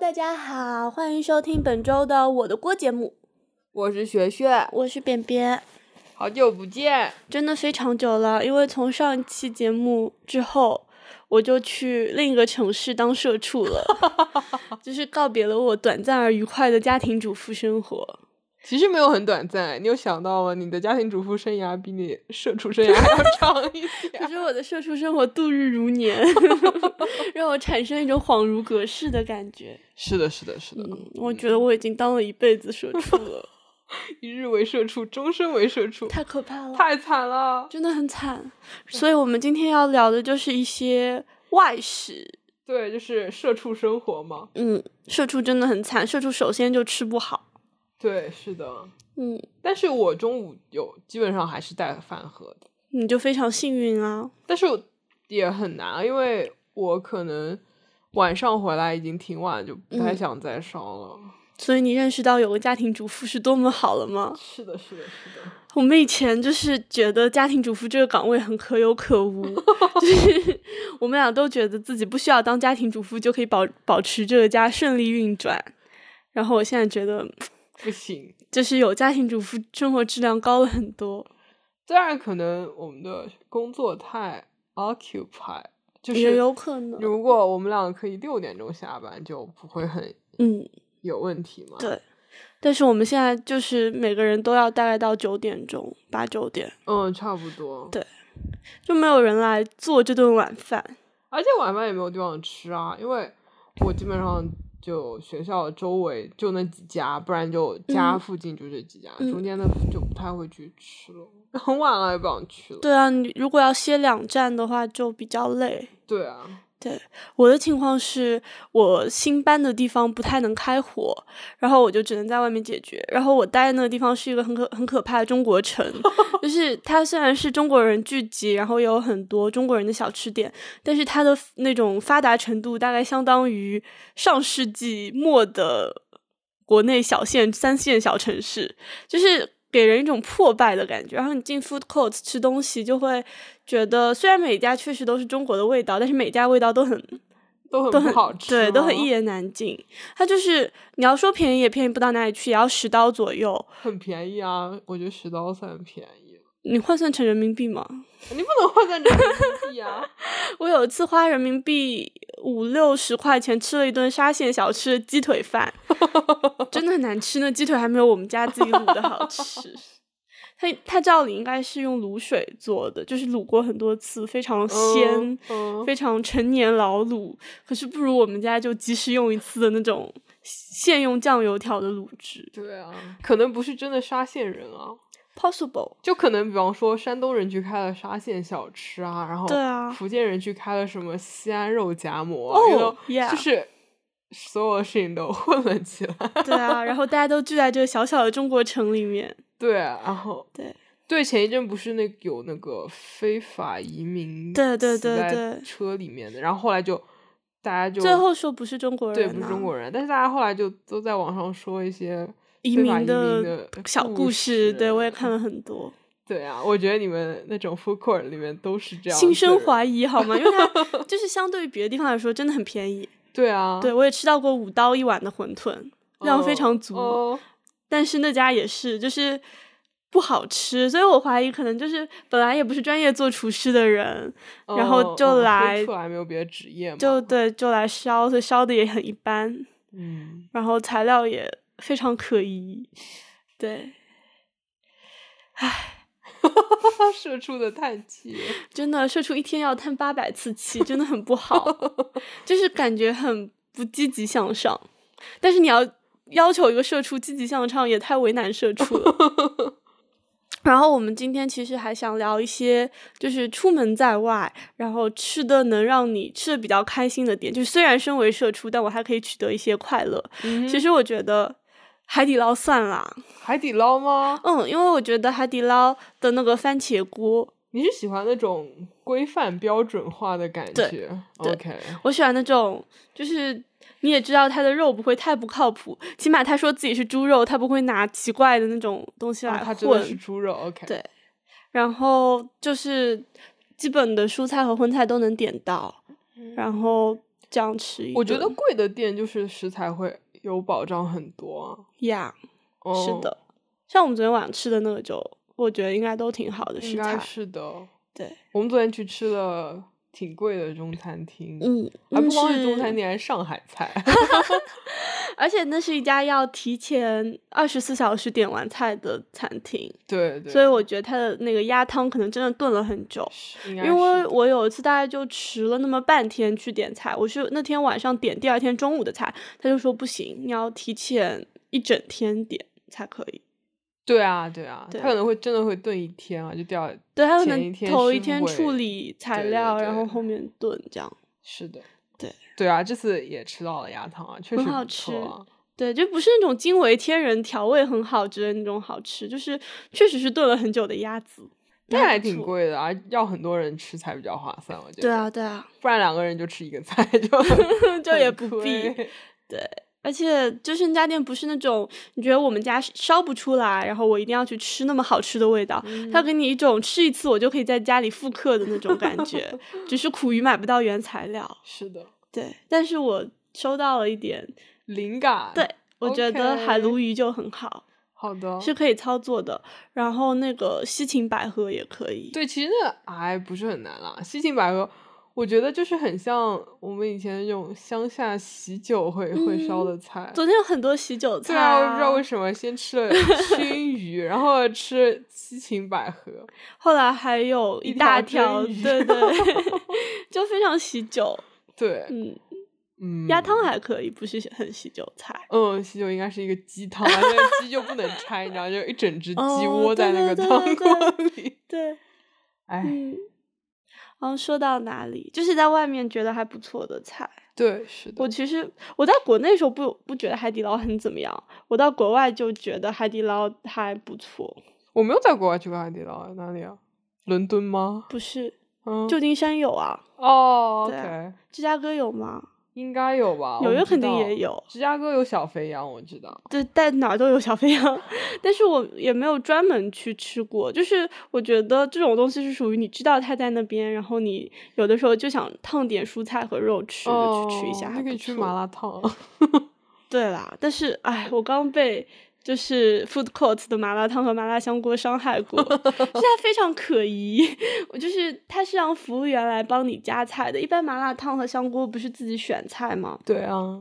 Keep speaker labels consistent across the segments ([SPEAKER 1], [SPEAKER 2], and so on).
[SPEAKER 1] 大家好，欢迎收听本周的我的锅节目，
[SPEAKER 2] 我是学学，
[SPEAKER 1] 我是便便，
[SPEAKER 2] 好久不见。
[SPEAKER 1] 真的非常久了，因为从上一期节目之后，我就去另一个城市当社畜了，就是告别了我短暂而愉快的家庭主妇生活。
[SPEAKER 2] 其实没有很短暂，你有想到吗？你的家庭主妇生涯比你社畜生涯 还要长一
[SPEAKER 1] 可
[SPEAKER 2] 点。
[SPEAKER 1] 是我的社畜生活度日如年， 让我产生一种恍如隔世的感觉。
[SPEAKER 2] 是的，是的，是的，
[SPEAKER 1] 嗯，我觉得我已经当了一辈子社畜了，
[SPEAKER 2] 一日为社畜，终身为社畜，
[SPEAKER 1] 太可怕了。
[SPEAKER 2] 太惨了。
[SPEAKER 1] 真的很惨。所以我们今天要聊的就是一些外食。
[SPEAKER 2] 对，就是社畜生活嘛。
[SPEAKER 1] 嗯，社畜真的很惨，社畜首先就吃不好。
[SPEAKER 2] 对，是的。
[SPEAKER 1] 嗯，
[SPEAKER 2] 但是我中午有基本上还是带饭盒的，
[SPEAKER 1] 你就非常幸运啊。
[SPEAKER 2] 但是我也很难，因为我可能晚上回来已经挺晚，就不太
[SPEAKER 1] 嗯
[SPEAKER 2] 想再烧了。
[SPEAKER 1] 所以你认识到有个家庭主妇是多么好了吗？
[SPEAKER 2] 是的，是的，是的。
[SPEAKER 1] 我们以前就是觉得家庭主妇这个岗位很可有可无， 就是我们俩都觉得自己不需要当家庭主妇就可以保保持这个家顺利运转。然后我现在觉得，
[SPEAKER 2] 不行。
[SPEAKER 1] 就是有家庭主妇生活质量高了很多。
[SPEAKER 2] 当然，可能我们的工作太 occupy，就
[SPEAKER 1] 也
[SPEAKER 2] 是
[SPEAKER 1] 有可能，
[SPEAKER 2] 如果我们俩可以六点钟下班，就不会很
[SPEAKER 1] 嗯，
[SPEAKER 2] 有问题嘛。
[SPEAKER 1] 对但是我们现在就是每个人都要大概到九点钟，八九点
[SPEAKER 2] 嗯，差不多。
[SPEAKER 1] 对就没有人来做这顿晚饭。
[SPEAKER 2] 而且晚饭也没有地方吃啊，因为我基本上就学校周围就那几家，不然就家
[SPEAKER 1] 嗯
[SPEAKER 2] 附近就这几家，
[SPEAKER 1] 嗯
[SPEAKER 2] 中间的就不太会去吃了。 很晚了也不想去了。
[SPEAKER 1] 对啊，你如果要歇两站的话，就比较累。
[SPEAKER 2] 对啊，
[SPEAKER 1] 我的情况是我新搬的地方不太能开火，然后我就只能在外面解决。然后我待的那个地方是一个很可很可怕的中国城，就是它虽然是中国人聚集，然后也有很多中国人的小吃店，但是它的那种发达程度大概相当于上世纪末的国内小县、三线小城市，就是。给人一种破败的感觉，然后你进 food court 吃东西，就会觉得虽然每家确实都是中国的味道，但是每家味道都很
[SPEAKER 2] 都很
[SPEAKER 1] 都
[SPEAKER 2] 不
[SPEAKER 1] 很
[SPEAKER 2] 好吃啊
[SPEAKER 1] 对，都很
[SPEAKER 2] 吗
[SPEAKER 1] 一言难尽。它就是你要说便宜也便宜不到哪里去，也要十刀左右。
[SPEAKER 2] 很便宜啊，我觉得十刀算便宜了。
[SPEAKER 1] 你换算成人民币吗？
[SPEAKER 2] 你不能换算成人民币啊！
[SPEAKER 1] 我有一次花人民币五六十块钱吃了一顿沙县小吃的鸡腿饭，真的很难吃。那鸡腿还没有我们家自己卤的好吃。它它照理应该是用卤水做的，就是卤过很多次，非常鲜，
[SPEAKER 2] 嗯
[SPEAKER 1] 非常陈年老卤。可是不如我们家就及时用一次的那种现用酱油调的卤汁。
[SPEAKER 2] 对啊，可能不是真的沙县人啊，
[SPEAKER 1] possible。
[SPEAKER 2] 就可能比方说山东人去开了沙县小吃啊，然后
[SPEAKER 1] 对啊
[SPEAKER 2] 福建人去开了什么西安肉夹馍、啊，
[SPEAKER 1] 哦
[SPEAKER 2] 然后
[SPEAKER 1] yeah
[SPEAKER 2] 就是所有事情都 混了起来。
[SPEAKER 1] 对啊，然后大家都聚在这个小小的中国城里面。
[SPEAKER 2] 对，啊然后
[SPEAKER 1] 对
[SPEAKER 2] 对，前一阵不是那有那个非法移民
[SPEAKER 1] 对对
[SPEAKER 2] 死
[SPEAKER 1] 对
[SPEAKER 2] 在
[SPEAKER 1] 对
[SPEAKER 2] 车里面的，然后后来就大家就
[SPEAKER 1] 最后说不是中国人、
[SPEAKER 2] 对
[SPEAKER 1] 啊，
[SPEAKER 2] 不是中国人，但是大家后来就都在网上说一些
[SPEAKER 1] 移
[SPEAKER 2] 非法
[SPEAKER 1] 民
[SPEAKER 2] 的
[SPEAKER 1] 小故
[SPEAKER 2] 故嗯
[SPEAKER 1] 事，对我也看
[SPEAKER 2] 了。
[SPEAKER 1] 了很多，
[SPEAKER 2] 对啊，我觉得你们那种 food court 里面都是这样。
[SPEAKER 1] 心生。怀疑好吗？因为 它就是相对于别的地方来说真的很便宜。
[SPEAKER 2] 对啊，
[SPEAKER 1] 对我也吃到过五刀一碗的馄饨，
[SPEAKER 2] 嗯，
[SPEAKER 1] 量非常足，
[SPEAKER 2] 哦
[SPEAKER 1] 但是那家也是就是。不好吃，所以我怀疑可能就是本来也不是专业做厨师的人，然后
[SPEAKER 2] 嗯
[SPEAKER 1] 就
[SPEAKER 2] 嗯喝
[SPEAKER 1] 来
[SPEAKER 2] 出来没有别的职业嘛？
[SPEAKER 1] 就对就来烧，所以烧的也很一般。
[SPEAKER 2] 嗯，
[SPEAKER 1] 然后材料也非常可疑，对，
[SPEAKER 2] 社畜的 叹气。
[SPEAKER 1] 真的社畜一天要叹八百次气，真的很不好，就是感觉很不积极向上。但是你要要求一个社畜积极向上，也太为难社畜了。然后我们今天其实还想聊一些，就是出门在外，然后吃的能让你吃的比较开心的点。就虽然身为社畜，但我还可以取得一些快乐。
[SPEAKER 2] 其
[SPEAKER 1] 其实我觉得海底捞算啦，
[SPEAKER 2] 嗯海底捞吗？
[SPEAKER 1] 嗯，因为我觉得海底捞的那个番茄锅，
[SPEAKER 2] 你是喜欢那种规范标准化的感
[SPEAKER 1] 对
[SPEAKER 2] 觉
[SPEAKER 1] 对
[SPEAKER 2] ？OK，哦
[SPEAKER 1] 我喜欢那种，就是你也知道它的肉不会太不靠谱，起码他说自己是猪肉，他不会拿奇怪的那种东西来
[SPEAKER 2] 啊它真
[SPEAKER 1] 混。
[SPEAKER 2] 的是猪肉。OK，
[SPEAKER 1] 对然后就是基本的蔬菜和荤菜都能点到，
[SPEAKER 2] 嗯
[SPEAKER 1] 然后这样吃一顿。
[SPEAKER 2] 我觉得贵的店就是食材会有保障很多啊。
[SPEAKER 1] 呀
[SPEAKER 2] 嗯、
[SPEAKER 1] 是，的，像我们昨天晚上吃的那个就，我觉得应该都挺好的
[SPEAKER 2] 嗯应
[SPEAKER 1] 食
[SPEAKER 2] 该
[SPEAKER 1] 材。
[SPEAKER 2] 是的。
[SPEAKER 1] 对，
[SPEAKER 2] 我们昨天去吃了挺贵的中餐厅，
[SPEAKER 1] 嗯，
[SPEAKER 2] 还
[SPEAKER 1] 嗯
[SPEAKER 2] 不光是中餐
[SPEAKER 1] 是
[SPEAKER 2] 厅，还是上海 菜。
[SPEAKER 1] 而且那是一家要提前二十四小时点完菜的餐厅，
[SPEAKER 2] 对对，
[SPEAKER 1] 所以我觉得它的那个鸭汤可能真的炖了很久。
[SPEAKER 2] 是应该
[SPEAKER 1] 因为
[SPEAKER 2] 是
[SPEAKER 1] 我有一次大概就迟了那么半天去点菜，我是那天晚上点第二天中午的菜，他就说不行，你要提前一整天点才可以。
[SPEAKER 2] 对啊对啊，
[SPEAKER 1] 对
[SPEAKER 2] 他可能会真的会炖一天啊，就第二
[SPEAKER 1] 对，他可
[SPEAKER 2] 前一
[SPEAKER 1] 能
[SPEAKER 2] 天
[SPEAKER 1] 头
[SPEAKER 2] 师
[SPEAKER 1] 一
[SPEAKER 2] 傅
[SPEAKER 1] 天
[SPEAKER 2] 会
[SPEAKER 1] 处理材
[SPEAKER 2] 对对
[SPEAKER 1] 料，然
[SPEAKER 2] 对
[SPEAKER 1] 后后面炖这样。
[SPEAKER 2] 是的，
[SPEAKER 1] 对
[SPEAKER 2] 对啊，这次也吃到了鸭汤啊，确实
[SPEAKER 1] 很好
[SPEAKER 2] 不错
[SPEAKER 1] 吃
[SPEAKER 2] 啊
[SPEAKER 1] 对，就不是那种惊为天人、调味很好之类的那种好吃，就是确实是炖了很久的鸭子，
[SPEAKER 2] 但还
[SPEAKER 1] 不
[SPEAKER 2] 挺
[SPEAKER 1] 错。
[SPEAKER 2] 贵的啊，要很多人吃才比较划算，我觉得。
[SPEAKER 1] 对啊，，对啊，
[SPEAKER 2] 不然两个人就吃一个菜就
[SPEAKER 1] 这也
[SPEAKER 2] 很
[SPEAKER 1] 不必
[SPEAKER 2] 亏
[SPEAKER 1] 而且就是那家店不是那种你觉得我们家烧不出来，然后我一定要去吃那么好吃的味道，
[SPEAKER 2] 嗯
[SPEAKER 1] 它给你一种吃一次我就可以在家里复刻的那种感 觉，只是苦于买不到原材料。
[SPEAKER 2] 嗯是的，
[SPEAKER 1] 对，但是我收到了一点，
[SPEAKER 2] 灵感
[SPEAKER 1] 对我觉得海
[SPEAKER 2] OK 哦
[SPEAKER 1] 鲈鱼就很好
[SPEAKER 2] 好的
[SPEAKER 1] 是可以操作的，然后那个西芹百合也可以。
[SPEAKER 2] 对，其实那哎不是很难啦，西芹百合。我觉得就是很像我们以前那种乡下喜酒会、会烧
[SPEAKER 1] 嗯
[SPEAKER 2] 的菜，
[SPEAKER 1] 昨天有很多喜酒菜、
[SPEAKER 2] 对啊，我不知道为什么先吃了 熏鱼，然后吃西芹百合，
[SPEAKER 1] 后来还有
[SPEAKER 2] 一
[SPEAKER 1] 一
[SPEAKER 2] 条
[SPEAKER 1] 大
[SPEAKER 2] 蒸
[SPEAKER 1] 条，
[SPEAKER 2] 鱼
[SPEAKER 1] 对 对， 就非常喜酒。
[SPEAKER 2] 对，
[SPEAKER 1] 嗯，
[SPEAKER 2] 嗯，
[SPEAKER 1] 鸭汤还可以，不是很喜酒菜。
[SPEAKER 2] 嗯，喜酒应该是一个鸡汤，啊，那个鸡就不能拆，你知道，就一整只鸡
[SPEAKER 1] 哦
[SPEAKER 2] 窝在
[SPEAKER 1] 对
[SPEAKER 2] 那个
[SPEAKER 1] 对
[SPEAKER 2] 汤
[SPEAKER 1] 对对
[SPEAKER 2] 锅里。
[SPEAKER 1] 对，
[SPEAKER 2] 哎，
[SPEAKER 1] 嗯。然后嗯说到哪里，就是在外面觉得还不错的菜。
[SPEAKER 2] 对，是的
[SPEAKER 1] 我，其实我在国内时候不不觉得海底捞很怎么样，我到国外就觉得海底捞还不错。
[SPEAKER 2] 我没有在国外去过海底捞，哪里啊？伦敦吗？
[SPEAKER 1] 不是，
[SPEAKER 2] 嗯，
[SPEAKER 1] 旧金山有啊，
[SPEAKER 2] 哦
[SPEAKER 1] 对啊
[SPEAKER 2] ，OK，
[SPEAKER 1] 芝加哥有吗？
[SPEAKER 2] 应该有吧？
[SPEAKER 1] 纽
[SPEAKER 2] 我
[SPEAKER 1] 约
[SPEAKER 2] 不知
[SPEAKER 1] 肯定也
[SPEAKER 2] 道。
[SPEAKER 1] 有。
[SPEAKER 2] 芝加哥有小肥羊，我知道。
[SPEAKER 1] 对，但哪儿都有小肥羊， 但是我也没有专门去吃过。就是我觉得这种东西是属于你知道它在那边，然后你有的时候就想烫点蔬菜和肉吃，
[SPEAKER 2] 哦，
[SPEAKER 1] 就去吃一下，
[SPEAKER 2] 那
[SPEAKER 1] 还
[SPEAKER 2] 可
[SPEAKER 1] 不
[SPEAKER 2] 以吃麻
[SPEAKER 1] 错。
[SPEAKER 2] 辣烫。啊
[SPEAKER 1] 对啦，但是哎，我刚被就是 food court 的麻辣烫和麻辣香锅伤害过，就是它非常可疑。我就是它是让服务员来帮你夹菜的，一般麻辣烫和香锅不是自己选菜吗？
[SPEAKER 2] 对 啊，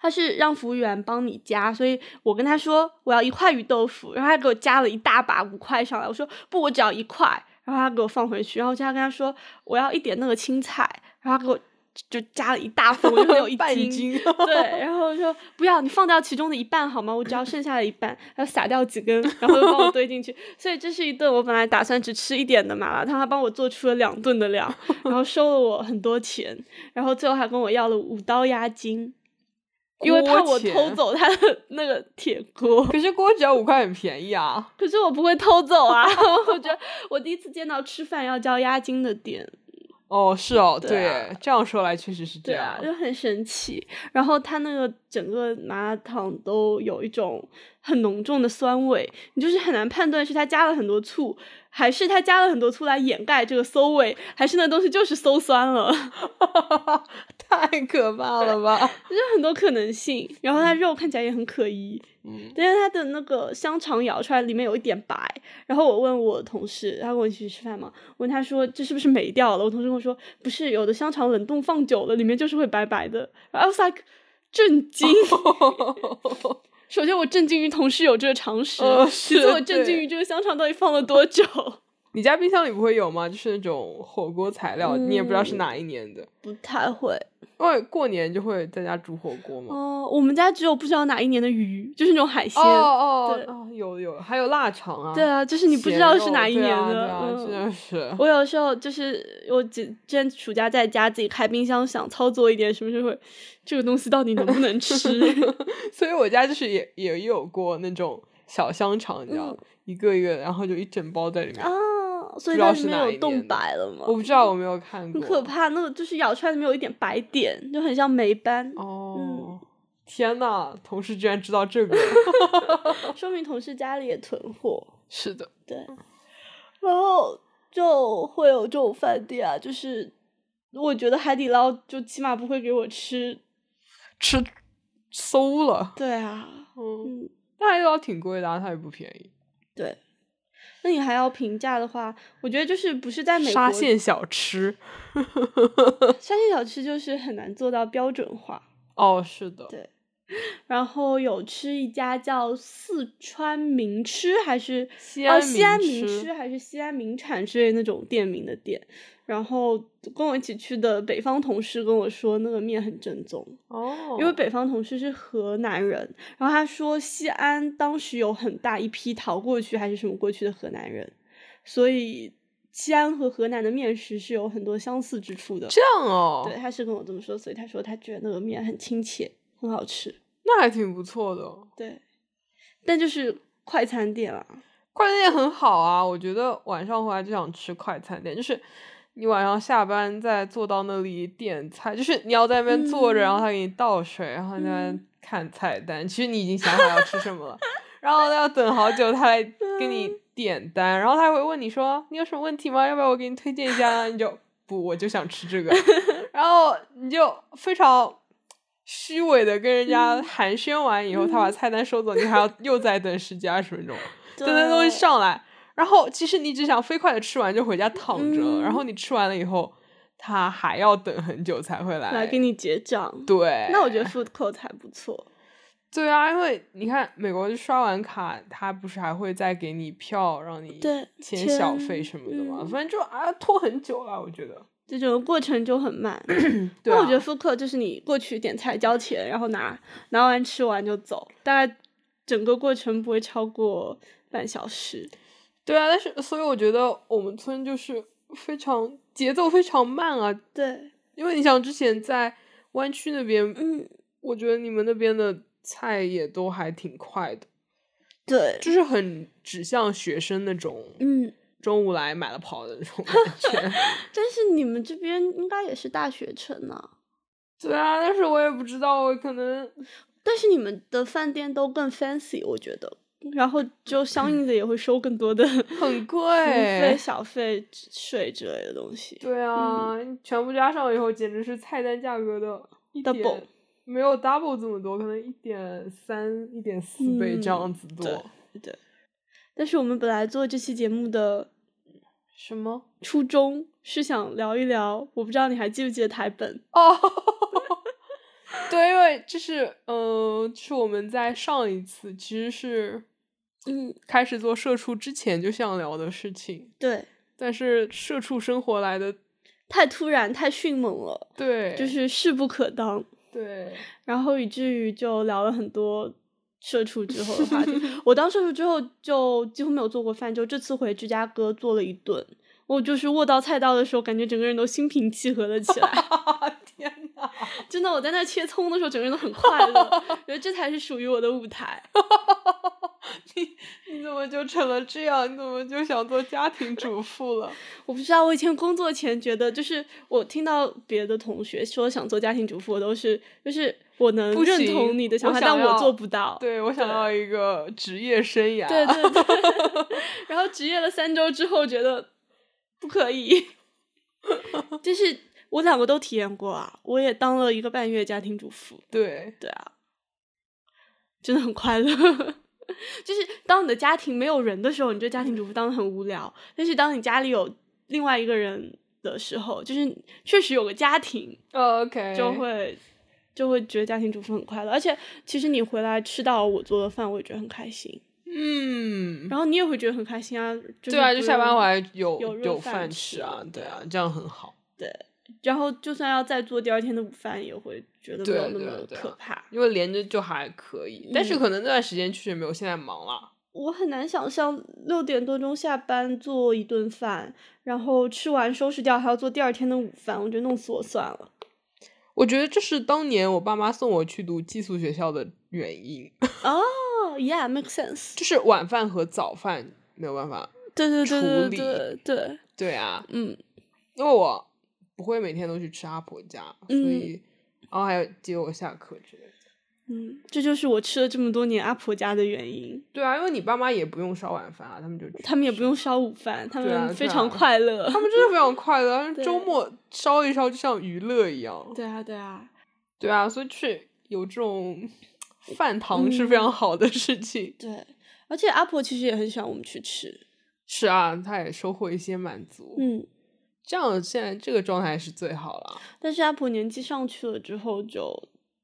[SPEAKER 1] 他是让服务员帮你加，所以我跟他说我要一块鱼豆腐，然后他给我加了一大把五块上来，我说不，我只要一块，然后他给我放回去，然后我就跟他说我要一点那个青菜，然后他给我就加了一大份，我就 没有 一
[SPEAKER 2] 半
[SPEAKER 1] 斤。
[SPEAKER 2] 斤
[SPEAKER 1] 对，然后我说不要，你放掉其中的一半好吗？我只要剩下的一半，然后撒掉几根，然后又帮我堆进去。所以这是一顿我本来打算只吃一点的麻辣烫，他帮我做出了两顿的量，然后收了我很多钱，然后最后还跟我要了五刀押金，因为怕
[SPEAKER 2] 锅
[SPEAKER 1] 我
[SPEAKER 2] 钱
[SPEAKER 1] 偷走他的那个铁锅。
[SPEAKER 2] 可是锅只要五块，很便宜啊。
[SPEAKER 1] 可是我不会偷走啊， 我觉得我第一次见到吃饭要交押金的店，
[SPEAKER 2] 哦，是哦，
[SPEAKER 1] 对啊
[SPEAKER 2] 这样说来确实是这
[SPEAKER 1] 对
[SPEAKER 2] 样
[SPEAKER 1] 啊，。就很神奇。然后它那个整个麻辣烫都有一种很浓重的酸味，你就是很难判断是它加了很多醋，还是它加了很多醋来掩盖这个馊味，还是那东西就是馊酸了， 啊
[SPEAKER 2] 太可怕了吧！
[SPEAKER 1] 就是很多可能性。然后它肉看起来也很可疑，
[SPEAKER 2] 嗯，
[SPEAKER 1] 但是它的那个香肠咬出来里面有一点白。然后我问我同事，他跟我一起去吃饭嘛，问他说这是不是霉掉了？我同事跟我说不是，有的香肠冷冻放久了里面就是会白白的。然后 I was like 震惊，首先我震惊于同事有这个常识，
[SPEAKER 2] 呃
[SPEAKER 1] 其
[SPEAKER 2] 是
[SPEAKER 1] 次我震惊
[SPEAKER 2] 对
[SPEAKER 1] 于这个香肠到底放了多久。
[SPEAKER 2] 你家冰箱里不会有吗？就是那种火锅材料，你也不知道是
[SPEAKER 1] 嗯
[SPEAKER 2] 哪一年的，
[SPEAKER 1] 不太会
[SPEAKER 2] 因为过年就会在家煮火锅嘛。
[SPEAKER 1] 哦、我们家只有不知道哪一年的鱼，就是那种海鲜。
[SPEAKER 2] 哦哦
[SPEAKER 1] 对
[SPEAKER 2] 哦，有有，还有腊肠啊，
[SPEAKER 1] 对啊，就是 你不知
[SPEAKER 2] 咸
[SPEAKER 1] 道是
[SPEAKER 2] 肉
[SPEAKER 1] 哪一
[SPEAKER 2] 对
[SPEAKER 1] 年
[SPEAKER 2] 啊
[SPEAKER 1] 的，
[SPEAKER 2] 对啊
[SPEAKER 1] 嗯
[SPEAKER 2] 真的是。
[SPEAKER 1] 我有时候就是我之之前暑假在家自己开冰箱，想操作一点什么时候会这个东西到底能不能 吃？
[SPEAKER 2] 所以我家就是也也有过那种小香肠，你知道，一个一个，然后就一整包在里面。
[SPEAKER 1] 嗯啊，所以
[SPEAKER 2] 不知道
[SPEAKER 1] 它
[SPEAKER 2] 是
[SPEAKER 1] 里面
[SPEAKER 2] 哪一
[SPEAKER 1] 有
[SPEAKER 2] 年
[SPEAKER 1] 冻
[SPEAKER 2] 的哦
[SPEAKER 1] 白了吗
[SPEAKER 2] 我？不知道，我没有看过。
[SPEAKER 1] 很可怕，那个就是咬出来里面有一点白点，就很像霉斑，嗯
[SPEAKER 2] 哦！天呐，同事居然知道 这个，哦
[SPEAKER 1] 说明同事家里也囤货。
[SPEAKER 2] 是的，
[SPEAKER 1] 对，然后就会有这种饭店啊，就是我觉得海底捞就起码不会给我吃。
[SPEAKER 2] 吃馊了。
[SPEAKER 1] 对啊，
[SPEAKER 2] 嗯，
[SPEAKER 1] 嗯，
[SPEAKER 2] 但海底捞挺贵的、啊，它也不便宜。
[SPEAKER 1] 对。那你还要评价的话，我觉得就是不是在美国
[SPEAKER 2] 沙县小吃，
[SPEAKER 1] 沙县小吃就是很难做到标准化。
[SPEAKER 2] 哦，是的，
[SPEAKER 1] 对然后有吃一家叫四川名吃还是
[SPEAKER 2] 西
[SPEAKER 1] 哦
[SPEAKER 2] 安
[SPEAKER 1] 西安
[SPEAKER 2] 名
[SPEAKER 1] 名
[SPEAKER 2] 吃
[SPEAKER 1] 吃还是西安名产之类那种店名的店，然后跟我一起去的北方同事跟我说那个面很正宗，
[SPEAKER 2] 哦，
[SPEAKER 1] 因为北方同事是河南人，然后他说西安当时有很大一批逃过去还是什么过去的河南人，所以西安和河南的面食是有很多相似之处的。
[SPEAKER 2] 这样哦，
[SPEAKER 1] 对，他是跟我这么说，所以他说他觉得那个面很亲切，很好吃。
[SPEAKER 2] 那还挺不错的。哦
[SPEAKER 1] 对，但就是快餐店啊啦，
[SPEAKER 2] 快餐店很好啊，我觉得晚上回来就想吃快餐店，就是你晚上下班再坐到那里点菜，就是你要在那边坐着，然后
[SPEAKER 1] 嗯
[SPEAKER 2] 他给你倒水，然后在那边
[SPEAKER 1] 嗯
[SPEAKER 2] 看菜单，其实你已经想好要吃什么了，然后要等好久他来给你
[SPEAKER 1] 嗯
[SPEAKER 2] 点单，然后他会问你说你有什么问题吗？要不要我给你推荐一下？你就不，我就想吃这个，然后你就非常。虚伪的跟人家
[SPEAKER 1] 嗯
[SPEAKER 2] 寒暄完以后，他把
[SPEAKER 1] 嗯
[SPEAKER 2] 菜单收走，你还要又再等十几二十分钟。
[SPEAKER 1] 对
[SPEAKER 2] 等等东西上来，然后其实你只想飞快的吃完就回家躺着，然
[SPEAKER 1] 嗯
[SPEAKER 2] 后你吃完了以后，他还要等很久才会来。
[SPEAKER 1] 来给你结账。
[SPEAKER 2] 对，
[SPEAKER 1] 那我觉得 food court 还不错。
[SPEAKER 2] 对啊，因为你看美国刷完卡，他不是还会再给你票，让你
[SPEAKER 1] 对
[SPEAKER 2] 签
[SPEAKER 1] 签
[SPEAKER 2] 小费什么的嘛，
[SPEAKER 1] 嗯
[SPEAKER 2] 反正就啊拖很久了，我觉得。
[SPEAKER 1] 这种过程就很慢，
[SPEAKER 2] 对
[SPEAKER 1] 那我
[SPEAKER 2] 啊
[SPEAKER 1] 觉得 food court 就是你过去点菜交钱，然后拿拿完吃完就走，大概整个过程不会超过半小时。
[SPEAKER 2] 对啊，但是所以我觉得我们村就是非常节奏非常慢啊，
[SPEAKER 1] 对，
[SPEAKER 2] 因为你想之前在湾区那边，
[SPEAKER 1] 嗯，
[SPEAKER 2] 我觉得你们那边的菜也都还挺快的。
[SPEAKER 1] 对，
[SPEAKER 2] 就是很指向学生那种，
[SPEAKER 1] 嗯，
[SPEAKER 2] 中午来买了跑的那种感觉。
[SPEAKER 1] 但是你们这边应该也是大学城呢、
[SPEAKER 2] 对啊，但是我也不知道，我可能
[SPEAKER 1] 但是你们的饭店都更 fancy，我觉得，然后就相应的也会收更多的
[SPEAKER 2] 很
[SPEAKER 1] 服务费、
[SPEAKER 2] 贵。
[SPEAKER 1] 小费、税之类的东西。
[SPEAKER 2] 对啊，全部加上以后，简直是菜单价格的一点
[SPEAKER 1] Double
[SPEAKER 2] 没有 double 这么多，可能一点三、一点四倍这
[SPEAKER 1] 嗯
[SPEAKER 2] 样子多。
[SPEAKER 1] 对但是我们本来做这期节目的
[SPEAKER 2] 什么？
[SPEAKER 1] 初衷是想聊一聊，我不知道你还记不记得台本？
[SPEAKER 2] 哦，对，因为这是嗯、呃，是我们在上一次其实是
[SPEAKER 1] 嗯，
[SPEAKER 2] 开始做社畜之前就想聊的事情。
[SPEAKER 1] 对，
[SPEAKER 2] 但是社畜生活来的，
[SPEAKER 1] 太突然、太迅猛了，
[SPEAKER 2] 对，
[SPEAKER 1] 就是势不可当，
[SPEAKER 2] 对，
[SPEAKER 1] 然后以至于就聊了很多。社畜之后的话 题，我当社畜之后就几乎没有做过饭，就这次回芝加哥做了一顿。我就是握到菜刀的时候，感觉整个人都心平气和了起来。
[SPEAKER 2] 天哪！
[SPEAKER 1] 真的，我在那切葱的时候，整个人都很快乐， 觉得这才是属于我的舞台。
[SPEAKER 2] 你怎么就成了这样？你怎么就想做家庭主妇了？
[SPEAKER 1] 我不知道，我以前工作前觉得，就是我听到别的同学说想做家庭主妇，我都是就是我能
[SPEAKER 2] 不
[SPEAKER 1] 认
[SPEAKER 2] 行
[SPEAKER 1] 同你的想
[SPEAKER 2] 我
[SPEAKER 1] 法，
[SPEAKER 2] 想
[SPEAKER 1] 但
[SPEAKER 2] 要
[SPEAKER 1] 我做不到。
[SPEAKER 2] 对我想要一个职业生涯。
[SPEAKER 1] 对对对
[SPEAKER 2] 啊
[SPEAKER 1] 然后职业了三周之后，觉得不可以， 就是我两个都体验过啊，我也当了一个半月家庭主妇，
[SPEAKER 2] 对
[SPEAKER 1] 对啊，真的很快乐。 就是当你的家庭没有人的时候，你这家庭主妇当的很无聊；但是当你家里有另外一个人的时候，就是确实有个家庭，
[SPEAKER 2] 哦，OK，
[SPEAKER 1] 就会就会觉得家庭主妇很快乐。而且其实你回来吃到我做的饭，我也觉得很开心，
[SPEAKER 2] 嗯，
[SPEAKER 1] 然后你也会觉得很开心啊。就是、
[SPEAKER 2] 对啊，就下班回。来有
[SPEAKER 1] 有热
[SPEAKER 2] 饭
[SPEAKER 1] 饭
[SPEAKER 2] 吃
[SPEAKER 1] 吃
[SPEAKER 2] 啊，
[SPEAKER 1] 对
[SPEAKER 2] 对啊，这样很好。
[SPEAKER 1] 然后就算要再做第二天的午饭，也会觉得没有
[SPEAKER 2] 对
[SPEAKER 1] 那
[SPEAKER 2] 对
[SPEAKER 1] 么
[SPEAKER 2] 对啊
[SPEAKER 1] 可怕。
[SPEAKER 2] 因为连着就还可以，但是
[SPEAKER 1] 嗯
[SPEAKER 2] 可能那段时间确实没有现在忙了。
[SPEAKER 1] 我很难想象六点多钟下班做一顿饭，然后吃完收拾掉还要做第二天的午饭，我觉得弄死我算了。
[SPEAKER 2] 我觉得这是当年我爸妈送我去读寄宿学校的原因，
[SPEAKER 1] 哦、y e a h make sense
[SPEAKER 2] 就。是晚饭和早饭没有办法。
[SPEAKER 1] 对对对
[SPEAKER 2] 处
[SPEAKER 1] 对
[SPEAKER 2] 理
[SPEAKER 1] 对对，
[SPEAKER 2] 对啊，
[SPEAKER 1] 嗯
[SPEAKER 2] 因为我不会每天都去吃阿婆家，所
[SPEAKER 1] 嗯
[SPEAKER 2] 以然后还有接我下课之类的。
[SPEAKER 1] 嗯，这就是我吃了这么多年阿婆家的原因。
[SPEAKER 2] 对啊，因为你爸妈也不用烧晚饭啊，他们就
[SPEAKER 1] 他们也不用烧午饭，他
[SPEAKER 2] 对啊
[SPEAKER 1] 们非
[SPEAKER 2] 对
[SPEAKER 1] 常
[SPEAKER 2] 啊
[SPEAKER 1] 快乐。
[SPEAKER 2] 他们真 的非常快乐，他们
[SPEAKER 1] 对
[SPEAKER 2] 周末烧一烧就像娱乐一样。
[SPEAKER 1] 对啊，对啊，
[SPEAKER 2] 对啊，所以去有这种
[SPEAKER 1] 嗯
[SPEAKER 2] 饭堂是非常好的事情。
[SPEAKER 1] 对。而且阿婆其实也很喜欢我们去吃。
[SPEAKER 2] 是啊，他也收获一些满足。
[SPEAKER 1] 嗯，
[SPEAKER 2] 这样现在这个状态是最好了。
[SPEAKER 1] 但是阿婆年纪上去了之后就，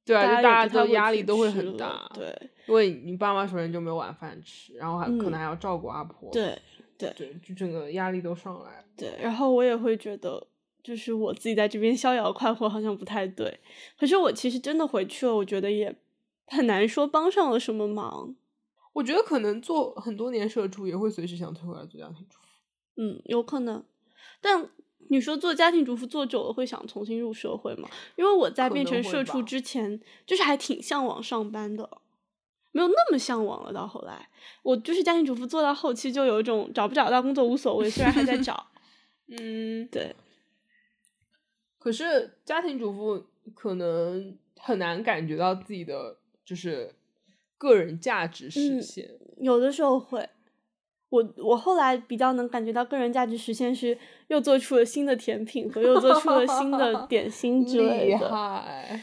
[SPEAKER 2] 对啊，
[SPEAKER 1] 大
[SPEAKER 2] 就大
[SPEAKER 1] 也不
[SPEAKER 2] 家
[SPEAKER 1] 太
[SPEAKER 2] 的压
[SPEAKER 1] 去
[SPEAKER 2] 力都会
[SPEAKER 1] 吃
[SPEAKER 2] 很
[SPEAKER 1] 了
[SPEAKER 2] 大。，
[SPEAKER 1] 对
[SPEAKER 2] 因为你爸妈首先就没有晚饭吃，然后还可
[SPEAKER 1] 嗯
[SPEAKER 2] 能还要照顾阿婆。
[SPEAKER 1] 对
[SPEAKER 2] 对，就整个压力都上来了。
[SPEAKER 1] 对。然后我也会觉得，就是我自己在这边逍遥快活好像不太对。可是我其实真的回去了，我觉得也很难说帮上了什么忙。
[SPEAKER 2] 我觉得可能做很多年社畜也会随时想退回来做家庭主妇。
[SPEAKER 1] 嗯，有可能。但你说做家庭主妇做久了会想重新入社会吗？因为我在
[SPEAKER 2] 可
[SPEAKER 1] 变成
[SPEAKER 2] 能会
[SPEAKER 1] 社畜
[SPEAKER 2] 吧
[SPEAKER 1] 之前，就是还挺向往上班的，没有那么向往了。到后来，我就是家庭主妇做到后期，就有一种找不找到工作无所谓，虽然还在 找。
[SPEAKER 2] 嗯，
[SPEAKER 1] 对，
[SPEAKER 2] 可是家庭主妇可能很难感觉到自己的就是个人价值实
[SPEAKER 1] 嗯
[SPEAKER 2] 现。
[SPEAKER 1] 有的时候会。我我后来比较能感觉到个人价值实现是又做出了新的甜品和又做出了新的点心之类
[SPEAKER 2] 厉
[SPEAKER 1] 的。
[SPEAKER 2] 害。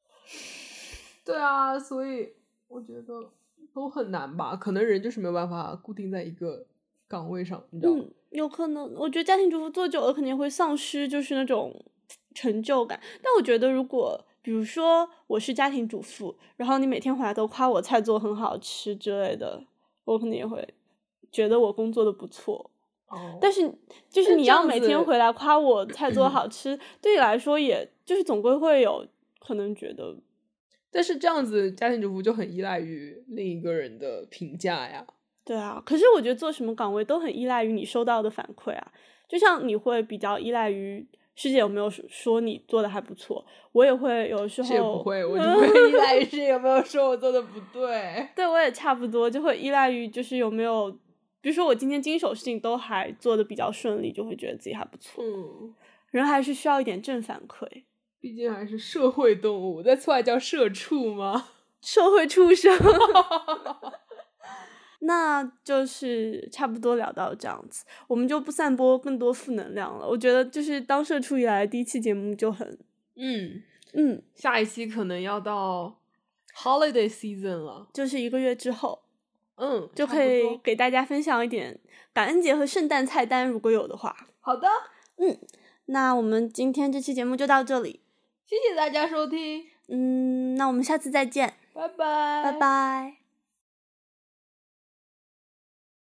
[SPEAKER 2] 对啊，所以我觉得都很难吧，可能人就是没有办法固定在一个岗位上，你知道吗？
[SPEAKER 1] 嗯，有可能。我觉得家庭主妇做久了肯定会丧失就是那种成就感。但我觉得如果比如说我是家庭主妇，然后你每天回来都夸我菜做很好吃之类的，我肯定也会觉得我工作的不错。
[SPEAKER 2] 哦
[SPEAKER 1] 但是就是
[SPEAKER 2] 但
[SPEAKER 1] 你
[SPEAKER 2] 这
[SPEAKER 1] 要
[SPEAKER 2] 样
[SPEAKER 1] 每天
[SPEAKER 2] 子
[SPEAKER 1] 回来夸我菜做 好吃，对你来说也就是总归会有可能觉得
[SPEAKER 2] 但是这样子，家庭主妇就很依赖于另一个人的评价呀。
[SPEAKER 1] 对啊，可是我觉得做什么岗位都很依赖于你收到的反馈啊，就像你会比较依赖于师姐有没有说说你做的还不错，我也会有时
[SPEAKER 2] 这也
[SPEAKER 1] 候嗯
[SPEAKER 2] 不会，我就 会依赖于是有没有说我做的不对。
[SPEAKER 1] 对我也差不多，就会依赖于就是有没有，比如说我今天经手事情都还做的比较顺利，就会觉得自己还不错。
[SPEAKER 2] 嗯，
[SPEAKER 1] 人还是需要一点正反馈，
[SPEAKER 2] 毕竟还是社会动物，在错外叫社畜吗？
[SPEAKER 1] 社会畜 生。那就是差不多聊到这样子，我们就不散播更多负能量了。我觉得就是当社畜以来第一期节目就很
[SPEAKER 2] 嗯，
[SPEAKER 1] 嗯，
[SPEAKER 2] 下一期可能要到 holiday season 了。
[SPEAKER 1] 就是一个月之后
[SPEAKER 2] 嗯，
[SPEAKER 1] 就
[SPEAKER 2] 差
[SPEAKER 1] 可
[SPEAKER 2] 不
[SPEAKER 1] 以
[SPEAKER 2] 多
[SPEAKER 1] 给大家分享一点感恩节和圣诞菜单，如果有的话。
[SPEAKER 2] 好的，
[SPEAKER 1] 那我们今天这期节目就到这里，
[SPEAKER 2] 谢谢大家收听，
[SPEAKER 1] 嗯，那我们下次再见，
[SPEAKER 2] 拜拜，
[SPEAKER 1] 拜拜。